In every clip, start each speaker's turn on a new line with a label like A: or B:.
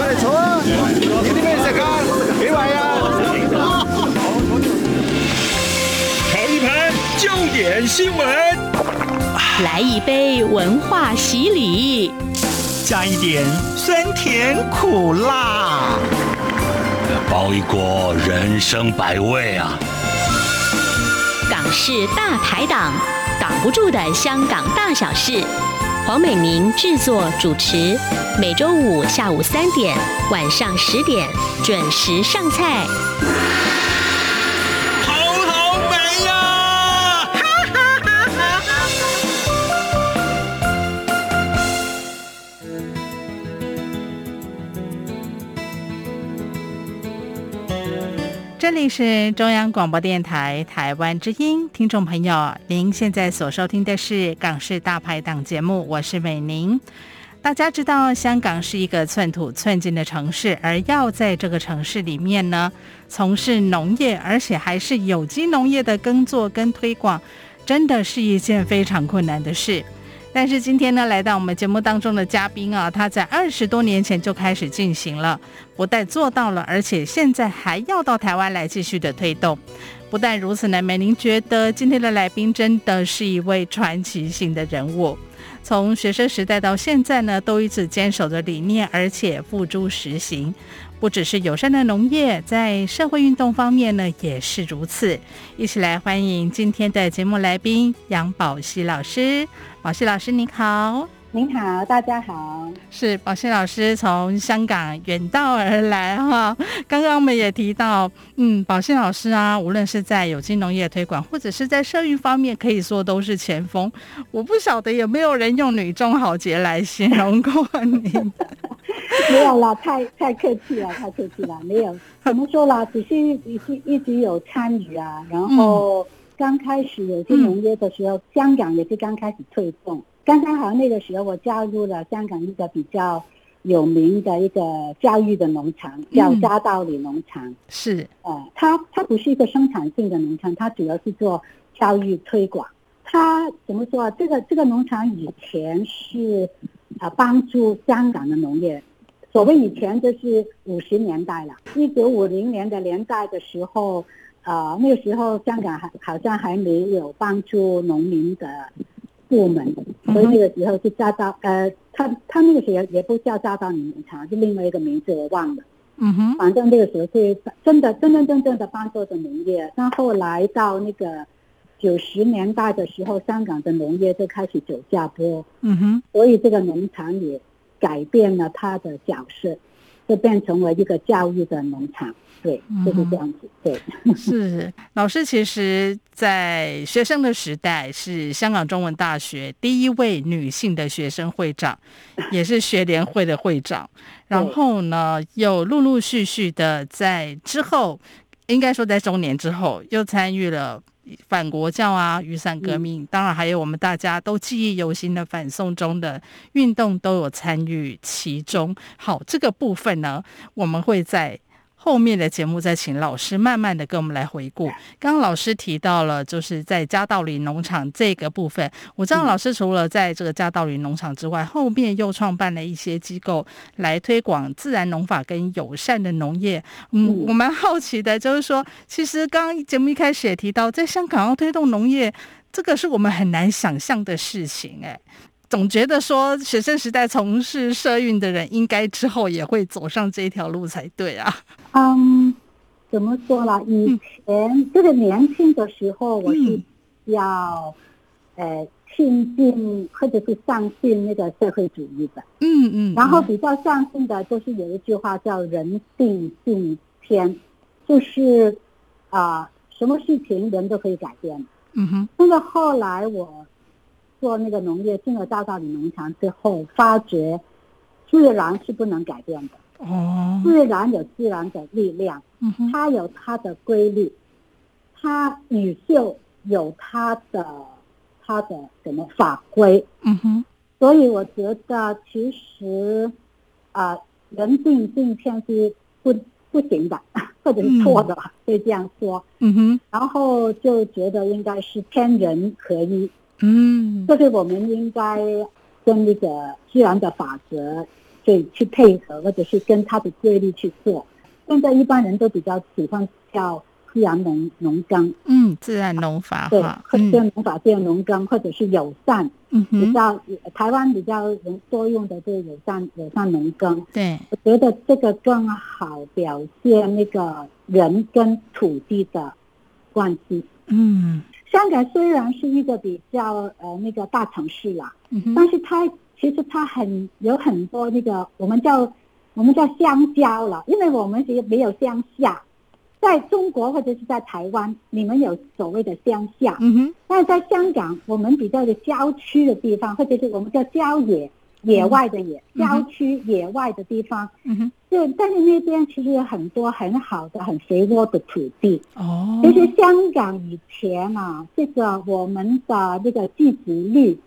A: 有啲咩食啊？幾位啊？
B: 炒一盘焦点新闻，
C: 来一杯文化洗礼，
D: 加一点酸甜苦辣。
E: 包一锅人生百味啊！
C: 港式大排档，挡不住的香港大小事。黄美明制作主持，每周五下午三点、晚上十点准时上菜。
D: 好好美呀！
F: 这里是中央广播电台台湾之音，听众朋友，您现在所收听的是《港式大排档》节目，我是美宁。大家知道，香港是一个寸土寸金的城市，而要在这个城市里面呢，从事农业，而且还是有机农业的耕作跟推广，真的是一件非常困难的事。但是今天呢，来到我们节目当中的嘉宾啊，他在二十多年前就开始进行了，不但做到了，而且现在还要到台湾来继续的推动。不但如此呢，美玲觉得今天的来宾真的是一位传奇性的人物，从学生时代到现在呢，都一直坚守着理念，而且付诸实行。不只是友善的农业，在社会运动方面呢，也是如此。一起来欢迎今天的节目来宾杨宝熙老师。宝熙老师您好，
G: 您好，大家好。
F: 是宝熙老师从香港远道而来哈。刚刚我们也提到，嗯，宝熙老师啊，无论是在有机农业推广，或者是在社运方面，可以说都是前锋。我不晓得有没有人用“女中豪杰”来形容过你。
G: 没有啦，太太客气了，太客气了。没有，怎么说啦？ 只是一直一直有参与啊。然后刚开始有些农业的时候，香港也是刚开始推动。刚刚好那个时候，我加入了香港一个比较有名的一个教育的农场，叫
F: 嗯
G: 嘉道理农场。
F: 是，
G: 呃，它它不是一个生产性的农场，它主要是做教育推广。它怎么说啊？这个这个农场以前是啊、呃帮助香港的农业，所谓以前就是五十年代了，一九五零年的年代的时候，呃那个时候香港还好像还没有帮助农民的部门，所以那个时候就叫到呃，他他那个时候也不叫叫到农场，就另外一个名字我忘了。
F: 嗯哼，
G: 反正那个时候是真的真真正正的帮助着农业。但后来到那个九十年代的时候，香港的农业就开始走下坡，
F: 嗯哼，
G: 所以这个农场也改变了它的角色，就变成为一个教育的农场。对，就是这样子。对，
F: 是老师，其实，在学生的时代是香港中文大学第一位女性的学生会长，也是学联会的会长。然后呢，又陆陆续续的在之后，应该说在中年之后，又参与了反国教啊、雨伞革命，当然还有我们大家都记忆犹新的反送中的运动都有参与其中。好，这个部分呢，我们会在后面的节目再请老师慢慢的跟我们来回顾。刚刚老师提到了，就是在嘉道理农场这个部分，我知道老师除了在这个嘉道理农场之外，后面又创办了一些机构来推广自然农法跟友善的农业。嗯，我蛮好奇的，就是说，其实刚刚节目一开始也提到，在香港要推动农业，这个是我们很难想象的事情、哎。总觉得说学生时代从事社运的人，应该之后也会走上这条路才对啊。
G: 嗯，怎么说啦？以前这个年轻的时候，我是要呃亲近或者是相信那个社会主义的。
F: 嗯嗯，
G: 然后比较相信的就是有一句话叫“人定胜天”，就是啊、什么事情人都可以改变。
F: 嗯哼，
G: 那个后来我做那个农业，进了大道理农场之后，发觉自然是不能改变的，
F: 哦，
G: 自然有自然的力量，
F: 嗯哼，
G: 它有它的规律，它宇宙有它的它的什么法规，
F: 嗯哼，
G: 所以我觉得其实啊、呃人定定天是不不行的， 或者是错的吧，可以这样说。
F: 嗯哼，
G: 然后就觉得应该是天人合一，
F: 嗯
G: 就是我们应该跟那个自然的法则可以去配合，或者是跟它的规律去做。现在一般人都比较喜欢叫自然农农耕，
F: 嗯，自然农法
G: 对，
F: 哈，
G: 或者
F: 嗯
G: 农法变农耕，或者是友善，
F: 嗯
G: 比
F: 哼，
G: 较、呃台湾比较人多用的就是友善友善农耕。
F: 对，
G: 我觉得这个更好表现那个人跟土地的关系。
F: 嗯
G: 香港虽然是一个比较呃那个大城市啦，
F: 嗯哼，
G: 但是它其实它很有很多那个我们叫我们叫乡郊了，因为我们其实没有乡下，在中国或者是在台湾，你们有所谓的乡下，
F: 嗯哼，
G: 但是在香港，我们比较的郊区的地方，或者是我们叫郊野、野外的野、
F: 嗯哼
G: 郊区野外的地方，
F: 嗯哼，
G: 就但是那边其实有很多很好的、很肥沃的土地。
F: 哦，
G: 其实香港以前啊，这个我们的那个自给率，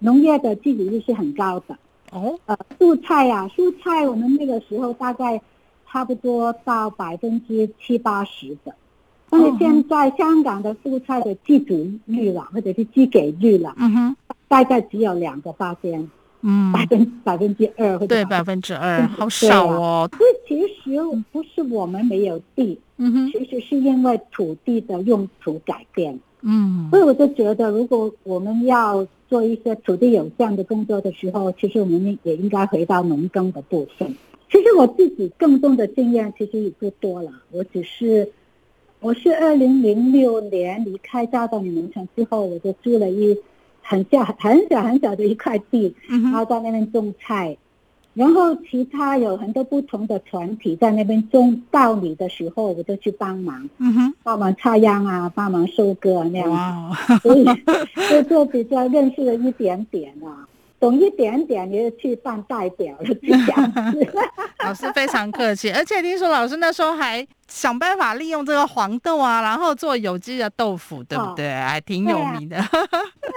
G: 农业的自给率是很高的。
F: 哦，
G: 呃，蔬菜啊，蔬菜我们那个时候大概差不多到百分之七八十的，但是现在香港的蔬菜的自主率啦，或者是自给率啦，
F: 嗯哼，
G: 大概只有两个八千，
F: 嗯，
G: 百分百分之二或者
F: 对，
G: 百
F: 百
G: 分
F: 分之二，好少哦，
G: 之。所以其实不是我们没有地，
F: 嗯哼，
G: 其实是因为土地的用途改变。
F: 嗯
G: 所以我就觉得，如果我们要做一些土地有向的工作的时候，其实我们也应该回到农耕的部分。其实我自己耕种的经验其实也不多了，我只是我是二零零六年离开加到农场之后，我就租了一很小很小很小的一块地，
F: 嗯
G: 然
F: 哼，
G: 后在那边种菜，然后其他有很多不同的团体在那边种稻米的时候，我就去帮忙，
F: 嗯哼，
G: 帮忙插秧啊，帮忙收割啊那样子。
F: 哇哦，
G: 所以就就比较认识了一点点啊，懂一点点，也就去办代表了，去 讲师。
F: 老师非常客气，而且听说老师那时候还想办法利用这个黄豆啊，然后做有机的豆腐，对不对？还挺有名的。
G: 那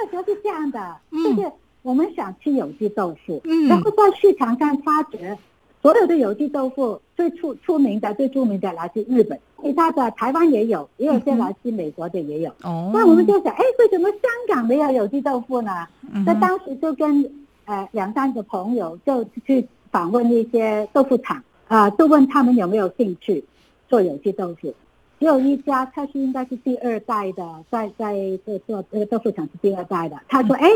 G: 个时候是这样的，
F: 嗯
G: 就是我们想吃有机豆腐，
F: 嗯
G: 然后在市场上发掘所有的有机豆腐，最出出名的、最著名的来自日本，其他的台湾也有，也
F: 嗯
G: 有些来自美国的也有。
F: 哦，
G: 那我们就想，哎，为什么香港没有有机豆腐呢？
F: 嗯
G: 那
F: 哼
G: 当时就跟呃两三个朋友就去访问一些豆腐厂啊、就问他们有没有兴趣做有机豆腐。只有一家，他是应该是第二代的，在在做做这个豆腐厂是第二代的。他
F: 嗯
G: 说，哎，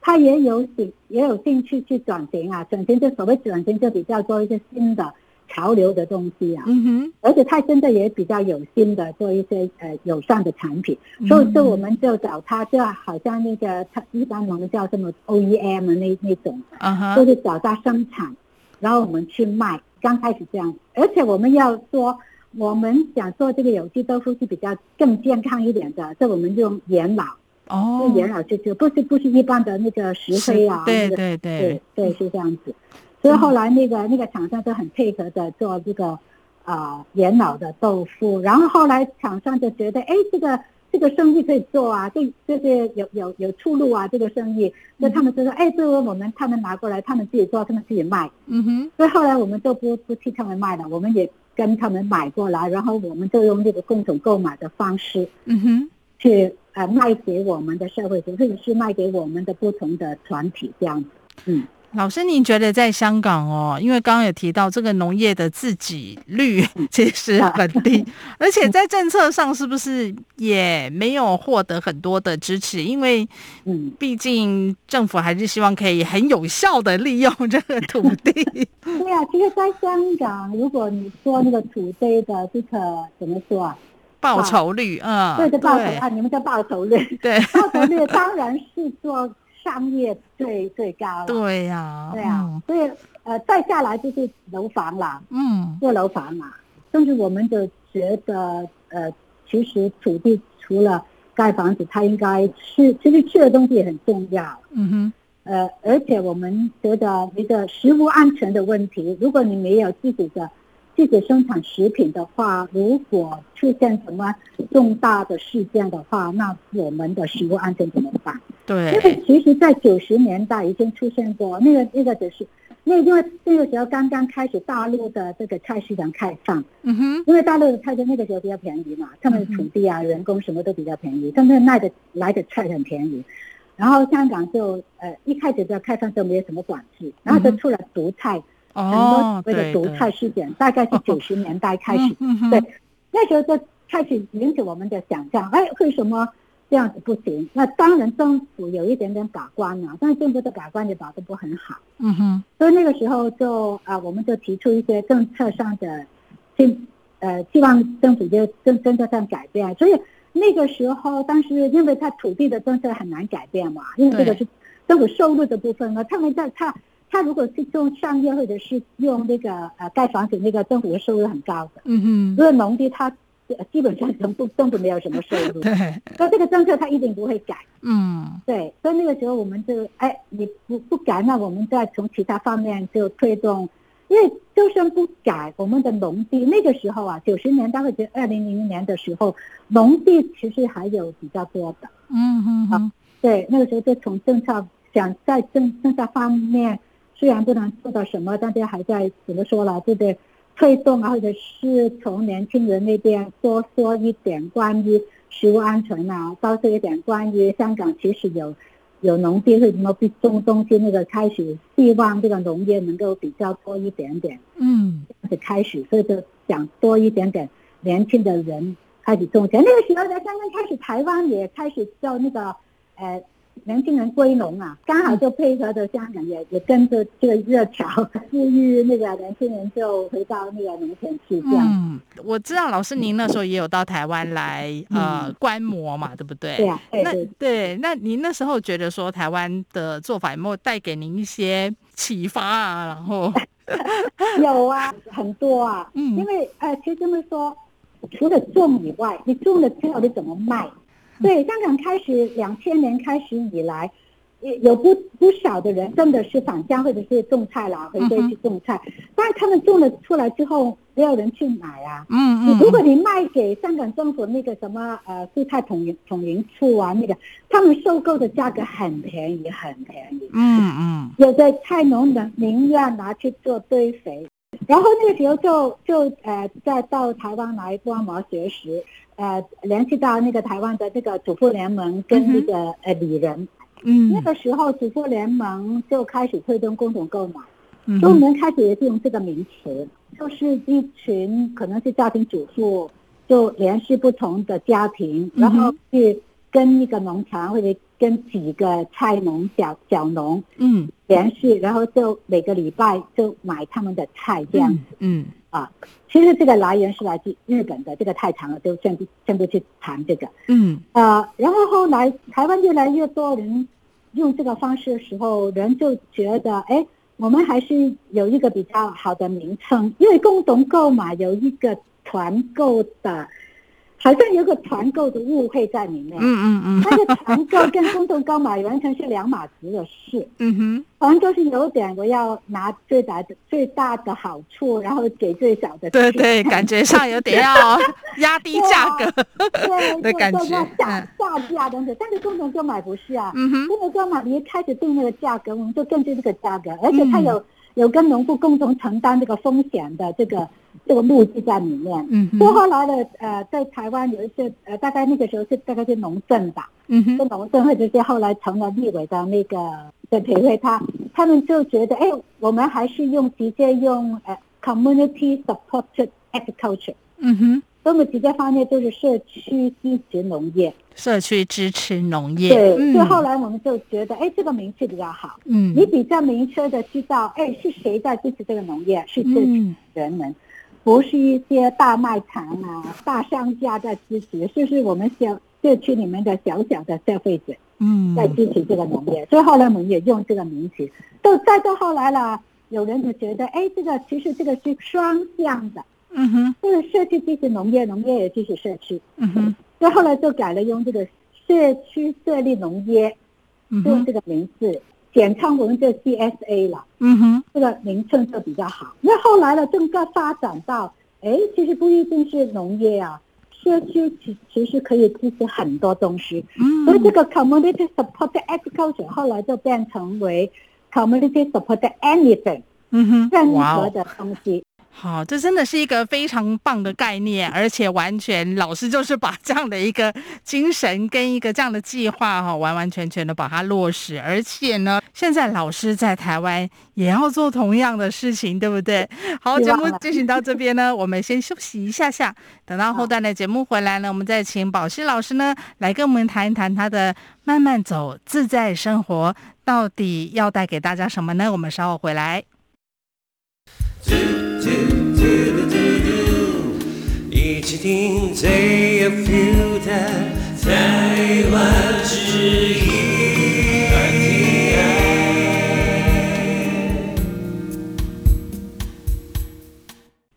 G: 他也有兴也有兴趣去转型啊，转型就所谓转型就比较做一些新的潮流的东西啊。
F: 嗯哼，
G: 而且他真的也比较有心的做一些呃友善的产品，所
F: 嗯
G: 以这我们就找他，就好像那个他一般我们叫什么 OEM 的那那种，
F: 啊哈
G: 就，是找他生产，然后我们去卖。刚开始这样，而且我们要说，我们想做这个有机豆腐是比较更健康一点的，所以我们用元老，
F: 哦
G: 用，元老去做，不是不是一般的那个石灰啊，
F: 对
G: 那个
F: 对
G: 对
F: 对，
G: 对，是这样子。所以后来那个那个厂商都很配合的做这个呃元老的豆腐，然后后来厂商就觉得，哎，这个这个生意可以做啊，这就是有有有出路啊，这个生意。所以他们就说，哎，这个我们他们拿过来，他们自己做，他们自己卖。
F: 嗯哼，
G: 所以后来我们就不不替他们卖了，我们也跟他们买过来，然后我们就用这个共同购买的方式
F: 嗯哼，
G: 去呃卖给我们的社会或者是卖给我们的不同的团体这样子。嗯。
F: 老师，您觉得在香港哦，因为刚刚有提到这个农业的自给率
G: 嗯
F: 其实
G: 啊
F: 很低，而且在政策上是不是也没有获得很多的支持？因为
G: 嗯
F: 毕竟政府还是希望可以很有效的利用这个土地。，
G: 对啊，其实，在香港，如果你说那个土地的这个怎么说啊？
F: 报酬率，嗯，
G: 对的报酬啊，你们叫报酬率，
F: 对
G: 报酬率当然是做商业最最高了。
F: 对呀，
G: 对啊，所以呃，再下来就是楼房啦，
F: 嗯，
G: 做楼房啦，甚至我们就觉得呃，其实土地除了盖房子，它应该吃，其实吃的东西也很重要。
F: 嗯嗯
G: 呃，而且我们觉得一个食物安全的问题，如果你没有自己的自己生产食品的话，如果出现什么重大的事件的话，那我们的食物安全怎么办？
F: 哼，
G: 因为
F: 对，
G: 其实，在九十年代已经出现过那个那个就是。那因为那个时候刚刚开始大陆的这个菜市场开放，
F: 嗯哼，
G: 因为大陆的菜就那个时候比较便宜嘛，他们的土地啊、人工什么都比较便宜，他们卖的来的菜很便宜。然后香港就呃一开始在开放就没有什么管制，然后就出了毒菜，很多
F: 哦，
G: 所谓的
F: 对
G: 独
F: 对
G: 菜市场，大概是九十年代开始，
F: 嗯嗯哼
G: 对，那时候就开始引起我们的想象，哎，为什么这样子不行？那当然政府有一点点把关了、但是政府的把关也把得不很好，
F: 嗯哼，
G: 所以那个时候就啊、我们就提出一些政策上的进呃，希望政府就政政策上改变。所以那个时候，但是因为它土地的政策很难改变嘛，因为这个是政府收入的部分啊，他们在他他如果是用商业或者是用那个呃盖房子，那个政府的收入很高的。
F: 嗯
G: 如果农地它呃基本上政府政府没有什么收
F: 哼，，
G: 入
F: 对，
G: 那这个政策它一定不会改。
F: 嗯
G: 对，所以那个时候我们就哎，你不不改，那我们再从其他方面就推动，因为就算不改，我们的农地那个时候啊，九十年代或者二零零零年的时候，农地其实还有比较多的。
F: 嗯哼哼，
G: 对，那个时候就从政策想在政政策方面，虽然不能做到什么，但是还在怎么说了，这个推动啊，或者是从年轻人那边多说一点关于食物安全啊，多说一点关于香港其实有有农地为什么比中东西那个开始希望这个农业能够比较多一点点。
F: 嗯
G: 的开始，所以就想多一点点年轻的人开始种田。那个时候才刚刚开始，台湾也开始叫那个呃年轻人归农啊，刚好就配合着香港也也跟着这个热潮， 呼吁那个年轻人就回到那个农田去这样。
F: 嗯，我知道老师您那时候也有到台湾来呃观摩嘛，对不对？
G: 嗯对啊，对
F: 那
G: 对。
F: 对，那您那时候觉得说台湾的做法有没有带给您一些启发啊？然 后，
G: 有啊，很多啊。
F: 嗯
G: 因为呃，其实这么说，除了种以外，你种了之后你怎么卖？
F: 嗯
G: 对，香港开始两千年开始以来，也有不不少的人真的是返乡或者是种菜啦，回归去种菜，
F: 嗯
G: 但是他们种了出来之后，没有人去买啊。
F: 嗯
G: 你
F: 嗯，
G: 如果你卖给香港政府那个什么呃蔬菜统营统营处啊，那个他们收购的价格很便宜，很便宜。
F: 嗯嗯
G: 有的菜农呢宁愿拿去做堆肥，然后那个时候就就呃再到台湾来观摩学习，呃联系到那个台湾的那个主妇联盟跟那个、呃里仁，那
F: 嗯
G: 个时候主妇联盟就开始推动共同购买，
F: 嗯
G: 所以我们开始也是用这个名词，就是一群可能是家庭主妇，就联系不同的家庭，
F: 嗯哼
G: 然后去跟一个农场或者跟几个菜农小小农。
F: 嗯
G: 连续，然后就每个礼拜就买他们的菜这样。
F: 嗯
G: 其实这个来源是来自日本的，这个太长了，就先不先不去谈这个。
F: 嗯
G: 呃，然后后来台湾越来越多人用这个方式的时候，人就觉得，哎，我们还是有一个比较好的名称，因为共同购买有一个团购的，好像有个团购的误会在里面。
F: 嗯嗯
G: 那个团购跟共同购买完全是两码子的事。
F: 嗯 哼，
G: 好像都是有点我要拿最大的最大的好处，然后给最小的
F: 对
G: 钱
F: 对，感觉上有点要压低价格，
G: 对
F: 的感觉
G: 就就要
F: 嗯
G: 下下架等等。但是共同购买不是啊，
F: 嗯哼，
G: 共同购买你一开始定那个价格，我们就根据这个价格，而且它
F: 嗯
G: 有、有跟农户共同承担这个风险的这个这个目的在里面。
F: 嗯
G: 所以
F: 哼，
G: 后来的呃，在台湾有一些呃，大概那个时候是大概是农政吧，
F: 嗯哼，
G: 跟农政或者是后来成了立委的那个的培会，他他们就觉得，哎，我们还是用直接用呃 community supported agriculture，
F: 嗯哼，
G: 那么直接翻译就是社区支持农业。
F: 社区支持农业，
G: 对，
F: 嗯
G: 所以后来我们就觉得，哎，这个名气比较好，
F: 嗯
G: 你比较明确的知道，哎，是谁在支持这个农业，是这
F: 嗯
G: 群人们。不是一些大卖场啊、大商家在支持，就是我们小社区里面的小小的消费者。
F: 嗯
G: 在支持这个农业，所以后来我们也用这个名词。到再到后来了，有人就觉得，哎，这个其实这个是双向的，
F: 嗯哼
G: 这个社区支持农业，农业也支持社区。
F: 嗯哼
G: 所以后来就改了用这个社区设立农业，
F: 嗯
G: 用
F: 哼
G: 这个名字，简称我们就 CSA 了，
F: 嗯哼
G: 这个名称就比较好。那后来呢，整个发展到，哎，其实不一定是农业啊。社区其其实可以支持很多东西，所以
F: 嗯
G: 这个 community supported agriculture 后来就变成为 community supported anything
F: 嗯哼，
G: 任
F: 哇
G: 何
F: 哦，
G: 的东西。
F: 好，这真的是一个非常棒的概念，而且完全老师就是把这样的一个精神跟一个这样的计划哈、完完全全的把它落实，而且呢，现在老师在台湾也要做同样的事情，对不对？好，
G: 希
F: 节
G: 望
F: 目
G: 啦
F: 进行到这边呢，我们先休息一下下，等到后段的节目回来呢，我们再请宝石老师呢来跟我们谈一谈他的慢慢走自在生活到底要带给大家什么呢？我们稍后回来。
H: 一起听 Day of You 的台湾之音。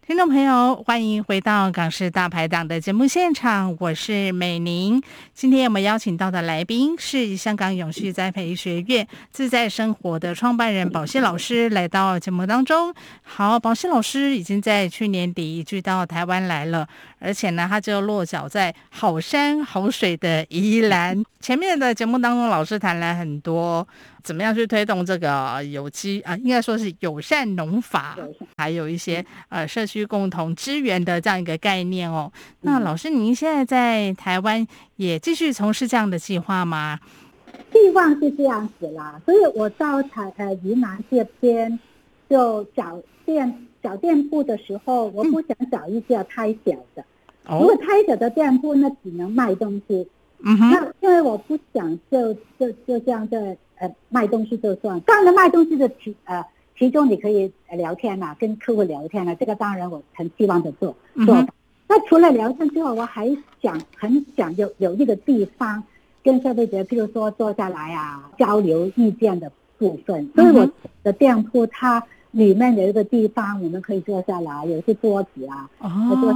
F: 听众朋友，欢迎回到《港式大排档》的节目现场，我是美玲。今天我们邀请到的来宾是香港永续栽培学院自在生活的创办人宝希老师，来到节目当中。好，宝希老师已经在去年底移居到台湾来了，而且呢，他就落脚在好山好水的宜兰。前面的节目当中，老师谈了很多怎么样去推动这个有机啊，应该说是友善农法。还有一些呃社区共同支援的这样一个概念哦。
G: 嗯
F: 那老师，您现在在台湾也继续从事这样的计划吗？
G: 希望是这样子啦，所以我到台呃云南这边就找店找店铺的时候，我不想找一家太小的，如果
F: 哦，
G: 太小的店铺那只能卖东西，
F: 嗯哼，
G: 那因为我不想就就就这样的呃卖东西就算，当然卖东西的其呃其中你可以呃聊天啦、跟客户聊天啦、这个当然我很希望的做
F: 嗯
G: 做
F: 哼
G: 法。那除了聊天之后，我还想很想有有一个地方跟消费者，譬如说坐下来啊交流意见的部分，所以
F: 嗯哼
G: 我的店铺它里面有一个地方我们可以坐下来，有一些桌子啊，
F: 嗯哦，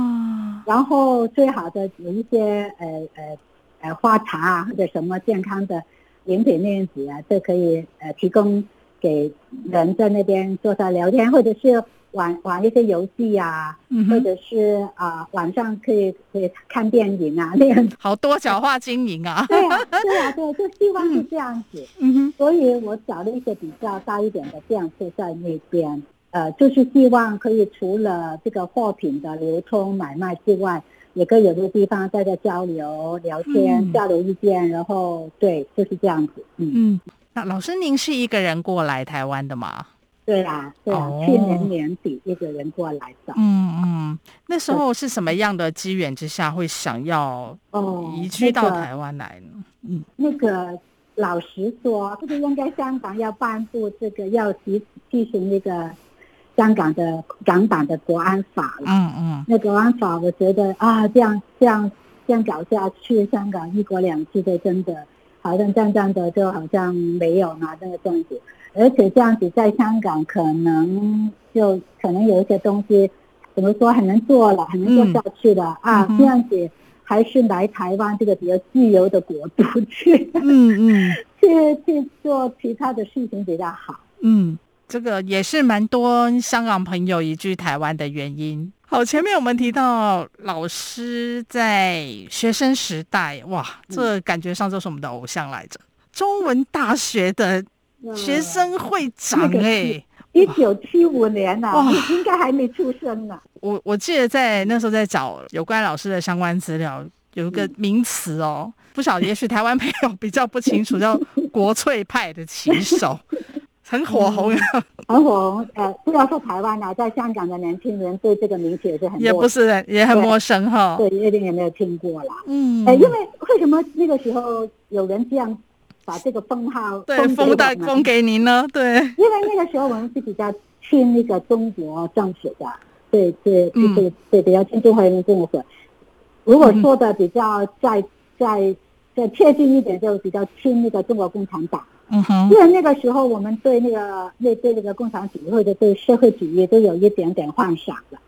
G: 然后最好的有一些呃呃呃花茶啊或者什么健康的饮品那样子啊，这可以呃提供给人在那边坐下聊天，或者是玩玩一些游戏啊，
F: 嗯
G: 或
F: 哼，
G: 者是啊、晚上可以可以看电影啊 那样子。
F: 好多角化经营 啊，
G: 对啊，对啊，对啊，就希望是这样子。
F: 嗯哼，
G: 所以我找了一个比较大一点的店铺在那边，呃，就是希望可以除了这个货品的流通买卖之外，也可以有个地方大家交流、聊天、
F: 嗯
G: 交流意见，然后对，就是这样子，嗯，
F: 嗯。那老师，您是一个人过来台湾的吗？
G: 对啦，对啦，
F: 哦
G: 去年年底一个人过来的，
F: 嗯嗯，那时候是什么样的机缘之下会想要
G: 哦，
F: 移居到
G: 那个
F: 台湾来呢？
G: 那个老实说，这个应该香港要颁布这个要提提行那个香港的港版的国安法了。
F: 嗯嗯
G: 那个安法，我觉得啊，这样这样这样搞下去，香港一国两制的真的好像淡淡的，就好像没有拿到这样子，而且这样子在香港可能就可能有一些东西怎么说很难做了，很难做下去了、啊
F: 嗯，哼
G: 这样子还是来台湾这个比较自由的国度去
F: 嗯嗯，
G: 去去做其他的事情比较好。
F: 嗯，这个也是蛮多香港朋友移居台湾的原因。好，前面我们提到老师在学生时代，哇，
G: 嗯
F: 这感觉上就是我们的偶像来着。中文大学的学生会长
G: 那个
F: 哎、
G: 是一九七五年呐、
F: 哇
G: 啊，应该还没出生呢、
F: 我我记得在那时候在找有关老师的相关资料，有一个名词哦，不晓得也许台湾朋友比较不清楚，叫国粹派的旗手，很火红
G: 嗯
F: 啊，
G: 很火，呃，不要说台湾啦、在香港的年轻人对这个名词也是很
F: 也不
G: 陌
F: 是人也很
G: 对
F: 陌生哈、
G: 对，一定也没有听过啦。
F: 嗯
G: 呃，因为为什么那个时候有人这样把这个封号
F: 对，
G: 封
F: 封
G: 给
F: 带
G: 我们
F: 封？给您呢，对，
G: 因为那个时候我们是比较亲那个中国政府的，对对，
F: 嗯
G: 就是对比较亲中华人民共和国。如果说的比较再再再贴近一点，就比较亲那个中国共产党。
F: 嗯哼，
G: 因为那个时候我们对那个那对那个共产主义或者对社会主义都有一点点幻想了，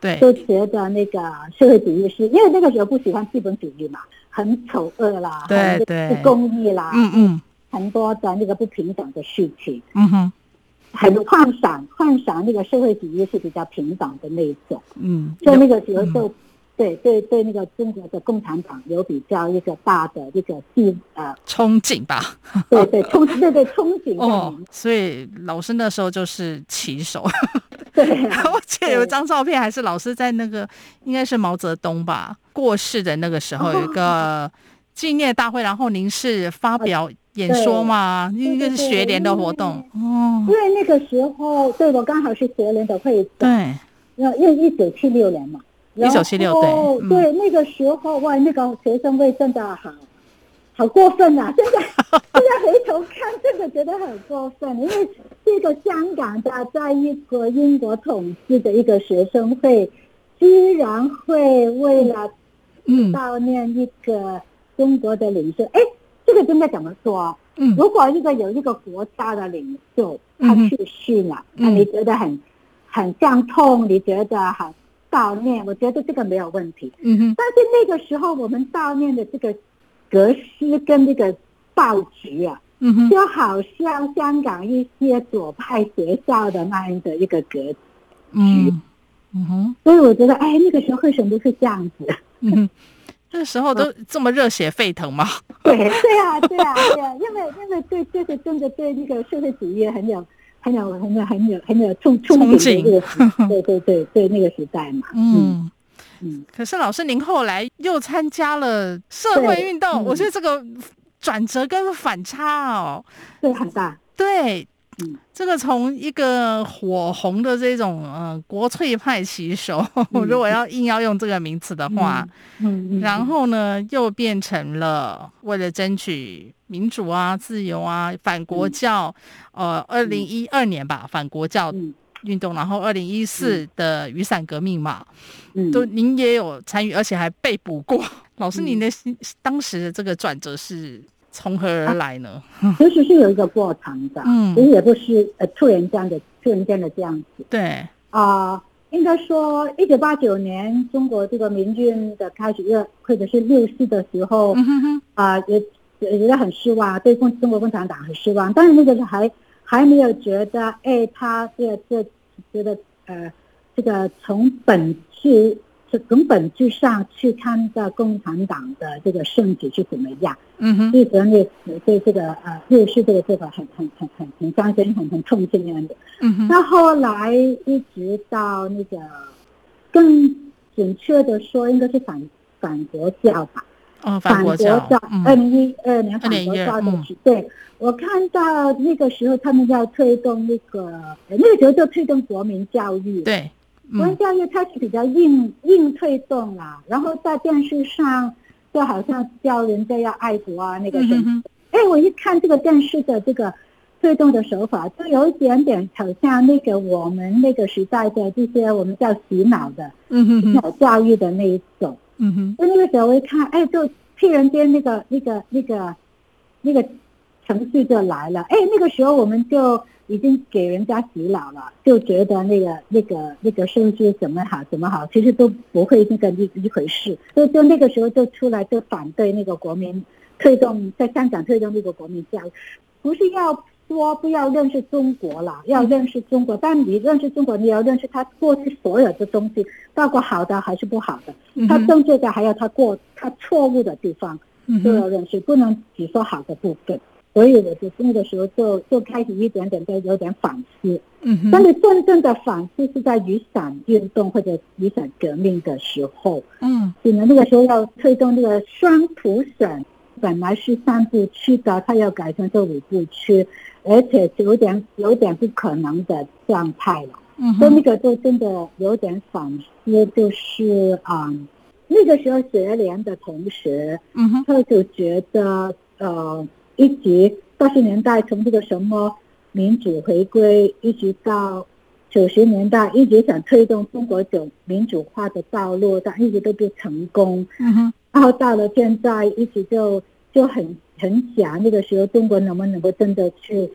F: 对，
G: 都觉得那个社会主义是因为那个时候不喜欢资本主义嘛，很丑恶啦，
F: 对
G: 很
F: 对
G: 不公义啦，
F: 嗯嗯
G: 很多的那个不平等的事情，
F: 嗯哼，
G: 很幻想幻想那个社会主义是比较平等的那一种，
F: 嗯，
G: 所以那个时候就。对对对，那个中国的共产党有比较一个大的一个地呃，
F: 憧憬吧，
G: 对
F: 哦
G: 对憧对对憧憬在里面
F: 哦，所以老师那时候就是骑手，
G: 对 啊、
F: 我记得有一张照片，还是老师在那个应该是毛泽东吧过世的那个时候，有一 个纪念大会，然后您是发表演说嘛，
G: 对
F: 应该是学联的活动哦
G: 因，为那个时候，对我刚好是学联的会长，
F: 对，
G: 然后因为一九七六年嘛，然后哦
F: 1976对嗯
G: 对，那个时候哇，那个学生会真的好，好过分啊！ 现在现在回头看，真的觉得很过分，因为这个香港的在一个英国统治的一个学生会，居然会为了
F: 嗯
G: 悼念一个中国的领袖，哎，这个应该怎么说？啊
F: 嗯
G: 如果一个有一个国家的领袖他
F: 嗯哼
G: 去世了，
F: 嗯
G: 那你觉得很很伤痛，你觉得很悼念，我觉得这个没有问题。
F: 嗯哼，
G: 但是那个时候我们悼念的这个格式跟这个暴局啊，
F: 嗯哼，
G: 就好像香港一些左派学校的那样的一个格局，
F: 嗯嗯哼，
G: 所以我觉得，哎，那个时候为什么是这样子？
F: 嗯哼，那时候都这么热血沸腾吗？
G: 对对啊，对啊，对啊，因为因为对，就是真的对那个社会主义很有很有很有很有很有憧
F: 憧
G: 憧
F: 憬
G: 憬的那个时，对对对对那个时代嘛，
F: 嗯
G: 嗯，
F: 可是老师，您后来又参加了社会运动，
G: 对嗯
F: 我觉得这个转折跟反差哦，
G: 对很大，
F: 对
G: 嗯，
F: 这个从一个火红的这种呃国粹派旗手，如果要硬要用这个名词的话，
G: 嗯嗯嗯，
F: 然后呢又变成了为了争取民主啊、自由啊、反国教，呃，二零一二年吧，反国教
G: 嗯
F: 运动，然后二零一四的雨伞革命嘛，
G: 嗯
F: 都您也有参与，而且还被捕 过。老师，
G: 嗯
F: 您的心当时的这个转折是从何而来呢？
G: 其实是有一个过程的，
F: 嗯
G: 其实也不是呃突然间的突然间的这样子
F: 对，
G: 啊、应该说一九八九年中国这个民运的开始，又或者是六四的时候，
F: 嗯哼哼，
G: 啊、也也觉得很失望，对共中国共产党很失望。但是那个时候还还没有觉得，哎，他这这觉得呃，这个从本质是从本质上去看到共产党的这个胜局是怎么样。
F: 嗯哼，
G: 一直历史对这个呃历史对这个很很很很很伤心、很很痛心那样的。
F: 嗯哼，
G: 那后来一直到那个更准确的说，应该是反反国教吧。
F: 哦，
G: 反
F: 国
G: 国
F: 教，
G: 二
F: 嗯
G: 零一二年反国教的时对我看到那个时候他们要推动那个，呃那个时候就推动国民教育，，
F: 对，
G: 国民
F: 嗯
G: 教育它是比较硬硬推动啊，然后在电视上就好像教人家要爱国啊那个
F: 嗯
G: 什
F: 哼
G: 么，
F: 哼，
G: 哎，我一看这个电视的这个推动的手法，就有一点点好像那个我们那个时代的这些我们叫洗脑的
F: 嗯哼
G: 洗
F: 哼，
G: 脑教育的那一种。
F: 嗯哼，
G: 就那个时候我一看，哎，就突然间那个那个那个那个程序就来了，哎，那个时候我们就已经给人家洗脑了，就觉得那个那个那个数据怎么好怎么好，其实都不会那个一一回事，所以就那个时候就出来就反对那个国民推动在香港推动那个国民教育，不是要。说不要认识中国了，要认识中国。但你认识中国，你要认识他过去所有的东西，包括好的还是不好的。
F: 嗯
G: 他
F: 哼
G: 正确的还有他过他错误的地方
F: 嗯
G: 都
F: 哼
G: 要认识，不能只说好的部分。所以我就那个时候就就开始一点点的有点反思，
F: 嗯哼
G: 但是真正的反思是在雨伞运动或者雨伞革命的时候，
F: 嗯
G: 你们那个时候要推动那个双普选，本来是三部曲的，它要改成这五部曲，而且是有点有点不可能的状态了。
F: 嗯
G: 所以那
F: 哼，
G: 个就真的有点反思，就是啊、嗯那个时候学联的同学，
F: 嗯哼，
G: 他就觉得呃，一直八十年代从这个什么民主回归，一直到九十年代，一直想推动中国走民主化的道路，但一直都不成功。
F: 嗯哼，
G: 然后到了现在，一直就就很很想那个时候中国能不能够真的去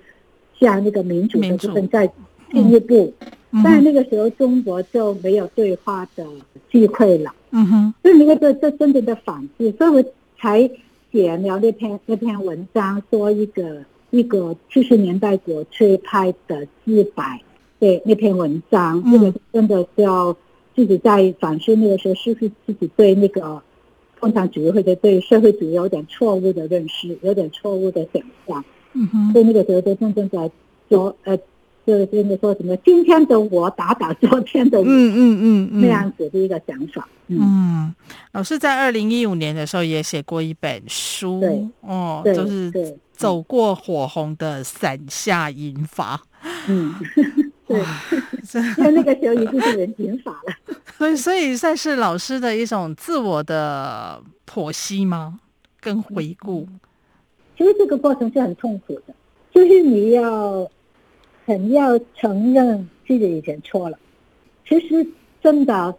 G: 向那个民主的
F: 民主
G: 部分再进一步。
F: 嗯
G: 但是
F: 哼，
G: 那个时候中国就没有对话的机会了，
F: 嗯哼，
G: 所以那个这这真正的反思，所以我才写了那篇那篇文章，说一个一个七十年代国粹派的自白，对那篇文章，
F: 嗯
G: 这个真的是要自己在反思那个时候，是不是自己对那个共产主义或者对社会主义有点错误的认识，有点错误的想象。
F: 嗯哼，
G: 所以那个时候就真正在做呃就是真的说什么今天的我打倒昨天的我、
F: 嗯嗯嗯，
G: 那样子的一个想法。嗯，
F: 嗯，老师在二零一五年的时候也写过一本书
G: 对，
F: 哦，
G: 嗯对
F: 就是
G: 对
F: 走过火红的伞下银发，
G: 嗯，对，
F: 这
G: 因为那个时候已经是人减法了。
F: 所以所以算是老师的一种自我的剖析吗？跟回顾，
G: 其实这个过程是很痛苦的，就是你要很要承认自己以前错了。其实真的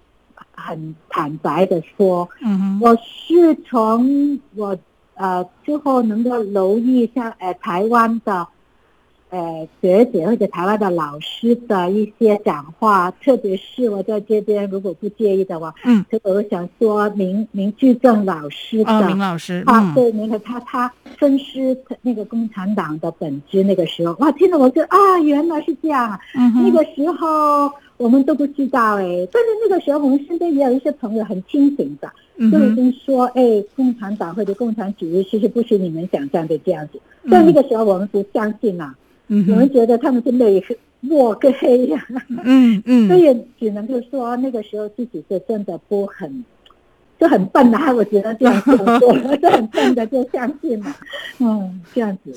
G: 很坦白的说，
F: 嗯哼，
G: 我是从我呃之后能够留意像呃台湾的呃学姐或者台湾的老师的一些讲话，特别是我在这边如果不介意的话，
F: 嗯，
G: 这个我想说明明居正老师的。
F: 啊，明老师，
G: 啊，
F: 嗯
G: 对，那个他他分析他那个共产党的本质，那个时候哇，听了我就啊，原来是这样啊，
F: 嗯
G: 那
F: 哼，
G: 个时候我们都不知道哎，但是那个时候我们身边也有一些朋友很清醒的，
F: 嗯
G: 就已
F: 哼，
G: 经说哎，共产党或者共产主义其实不是你们想象的这样子，
F: 嗯
G: 但那个时候我们不相信啊，
F: 嗯
G: 我们
F: 哼，
G: 觉得他们是内 莫个黑呀、
F: 嗯
G: 所
F: 嗯，
G: 以只能够说那个时候自己就真的不很，就很笨啊！我觉得这样做 对，就很笨的就相信了，嗯，这样子。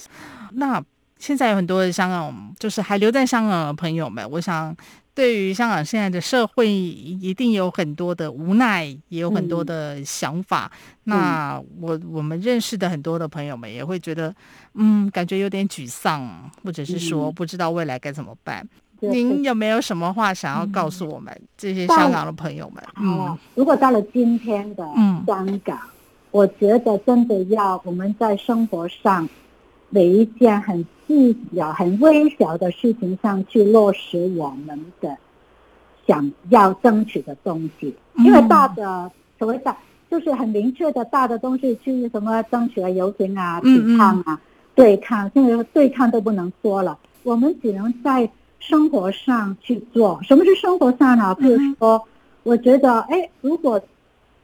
F: 那现在有很多的香港，就是还留在香港的朋友们，我想。对于香港现在的社会，一定有很多的无奈，也有很多
G: 嗯
F: 的想法。那我我们认识的很多的朋友们也会觉得，嗯，感觉有点沮丧，或者是说
G: 嗯
F: 不知道未来该怎么办。
G: 对
F: 您有没有什么话想要告诉我们、这些香港的朋友们？嗯
G: 啊，如果到了今天的
F: 嗯
G: 香港，我觉得真的要我们在生活上每一件很细小、很微小的事情上去落实我们的想要争取的东西，
F: 嗯
G: 因为大的所谓大就是很明确的大的东西，去什么争取啊、游行啊、
F: 嗯嗯
G: 抵抗啊、对抗，现在对抗都不能说了，我们只能在生活上去做。什么是生活上呢？譬如说，我觉得，哎，如果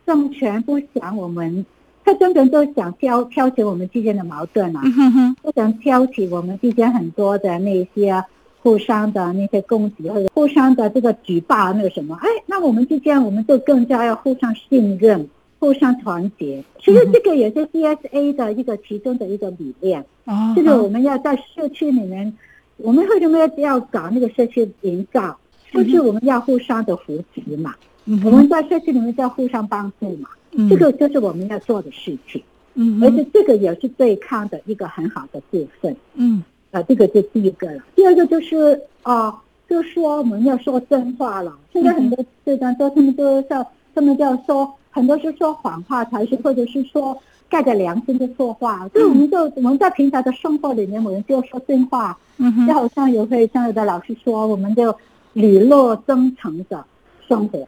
G: 政权不想我们，他根本都想挑挑起我们之间的矛盾啊，
F: 嗯哼哼，
G: 不想挑起我们之间很多的那些互相的那些攻击或者互相的这个举报那个什么，哎，那我们之间我们就更加要互相信任、互相团结。其实这个也是 CSA 的一个其中的一个理念，
F: 哦，
G: 就是我们要在社区里面，我们为什么要要搞那个社区营造？就是我们要互相的扶持嘛，
F: 嗯
G: 我
F: 哼
G: 们在社区里面要互相帮助嘛，这个就是我们要做的事情，
F: 嗯
G: 而
F: 哼
G: 且这个也是对抗的一个很好的部分。
F: 嗯
G: 啊，这个是第一个了。第二个就是啊、就说我们要说真话了。现在很多对方说他们都要，他们就要说，很多是说谎话才是，或者是说盖着良心的说话。所以我们就我们在平常的生活里面，我们就要说真话。
F: 嗯哼，
G: 就好像有位上有的老师说，我们就理落真诚的生活，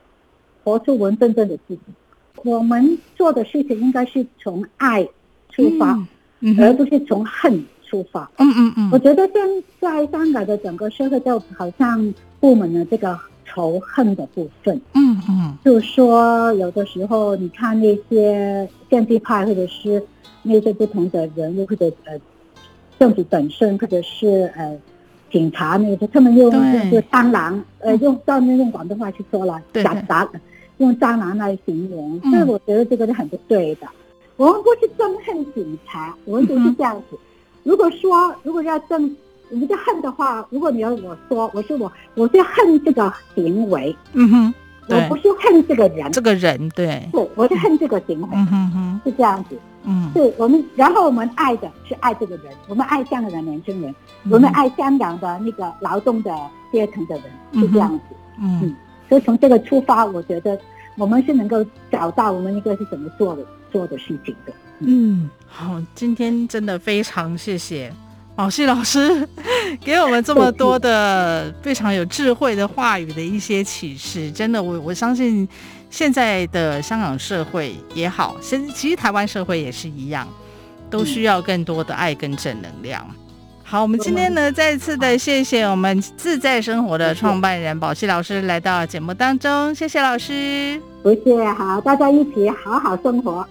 G: 活出文真正的自己。我们做的事情应该是从爱出发，
F: 嗯
G: 而
F: 哼，
G: 不是从恨出发。
F: 嗯嗯嗯
G: 我，觉得现在香港的整个社会就好像布满了这个仇恨的部分，
F: 嗯嗯
G: 就说有的时候你看那些建制派或者是那些不同的人物或者呃政府本身或者是呃警察那些，他们用
F: 对
G: 就是蟑螂，呃用照那用广东话去说了，
F: 嗯对
G: 打
F: 对
G: 打用蟑螂来形容，
F: 嗯
G: 所以我觉得这个是很不对的。我们不是憎恨警察，我们只是这样子。如果说如果要憎，我们就恨的话，如果你要我说，我说我我是恨这个行为，
F: 嗯哼，
G: 我
F: 对
G: 不，是恨这个人，
F: 这个人对，
G: 对，我是恨这个行为，
F: 嗯哼哼，
G: 是这样子。
F: 嗯
G: 对我们，然后我们爱的是爱这个人，我们爱香港的年轻人，我们爱香港的那个劳动的阶层的人，是这样子。
F: 嗯
G: 所以从这个出发，我觉得我们是能够找到我们一个是怎么做的做的事情的。
F: 嗯，好，今天真的非常谢谢。毛旭老师 给我们这么多的非常有智慧的话语的一些启示，真的，我我相信现在的香港社会也好，现其实台湾社会也是一样，都需要更多的爱跟正能量。好，我们今天呢，再次的谢谢我们自在生活的创办人宝旭老师来到节目当中，谢谢老师。
G: 不是，好，大家一起好好生活。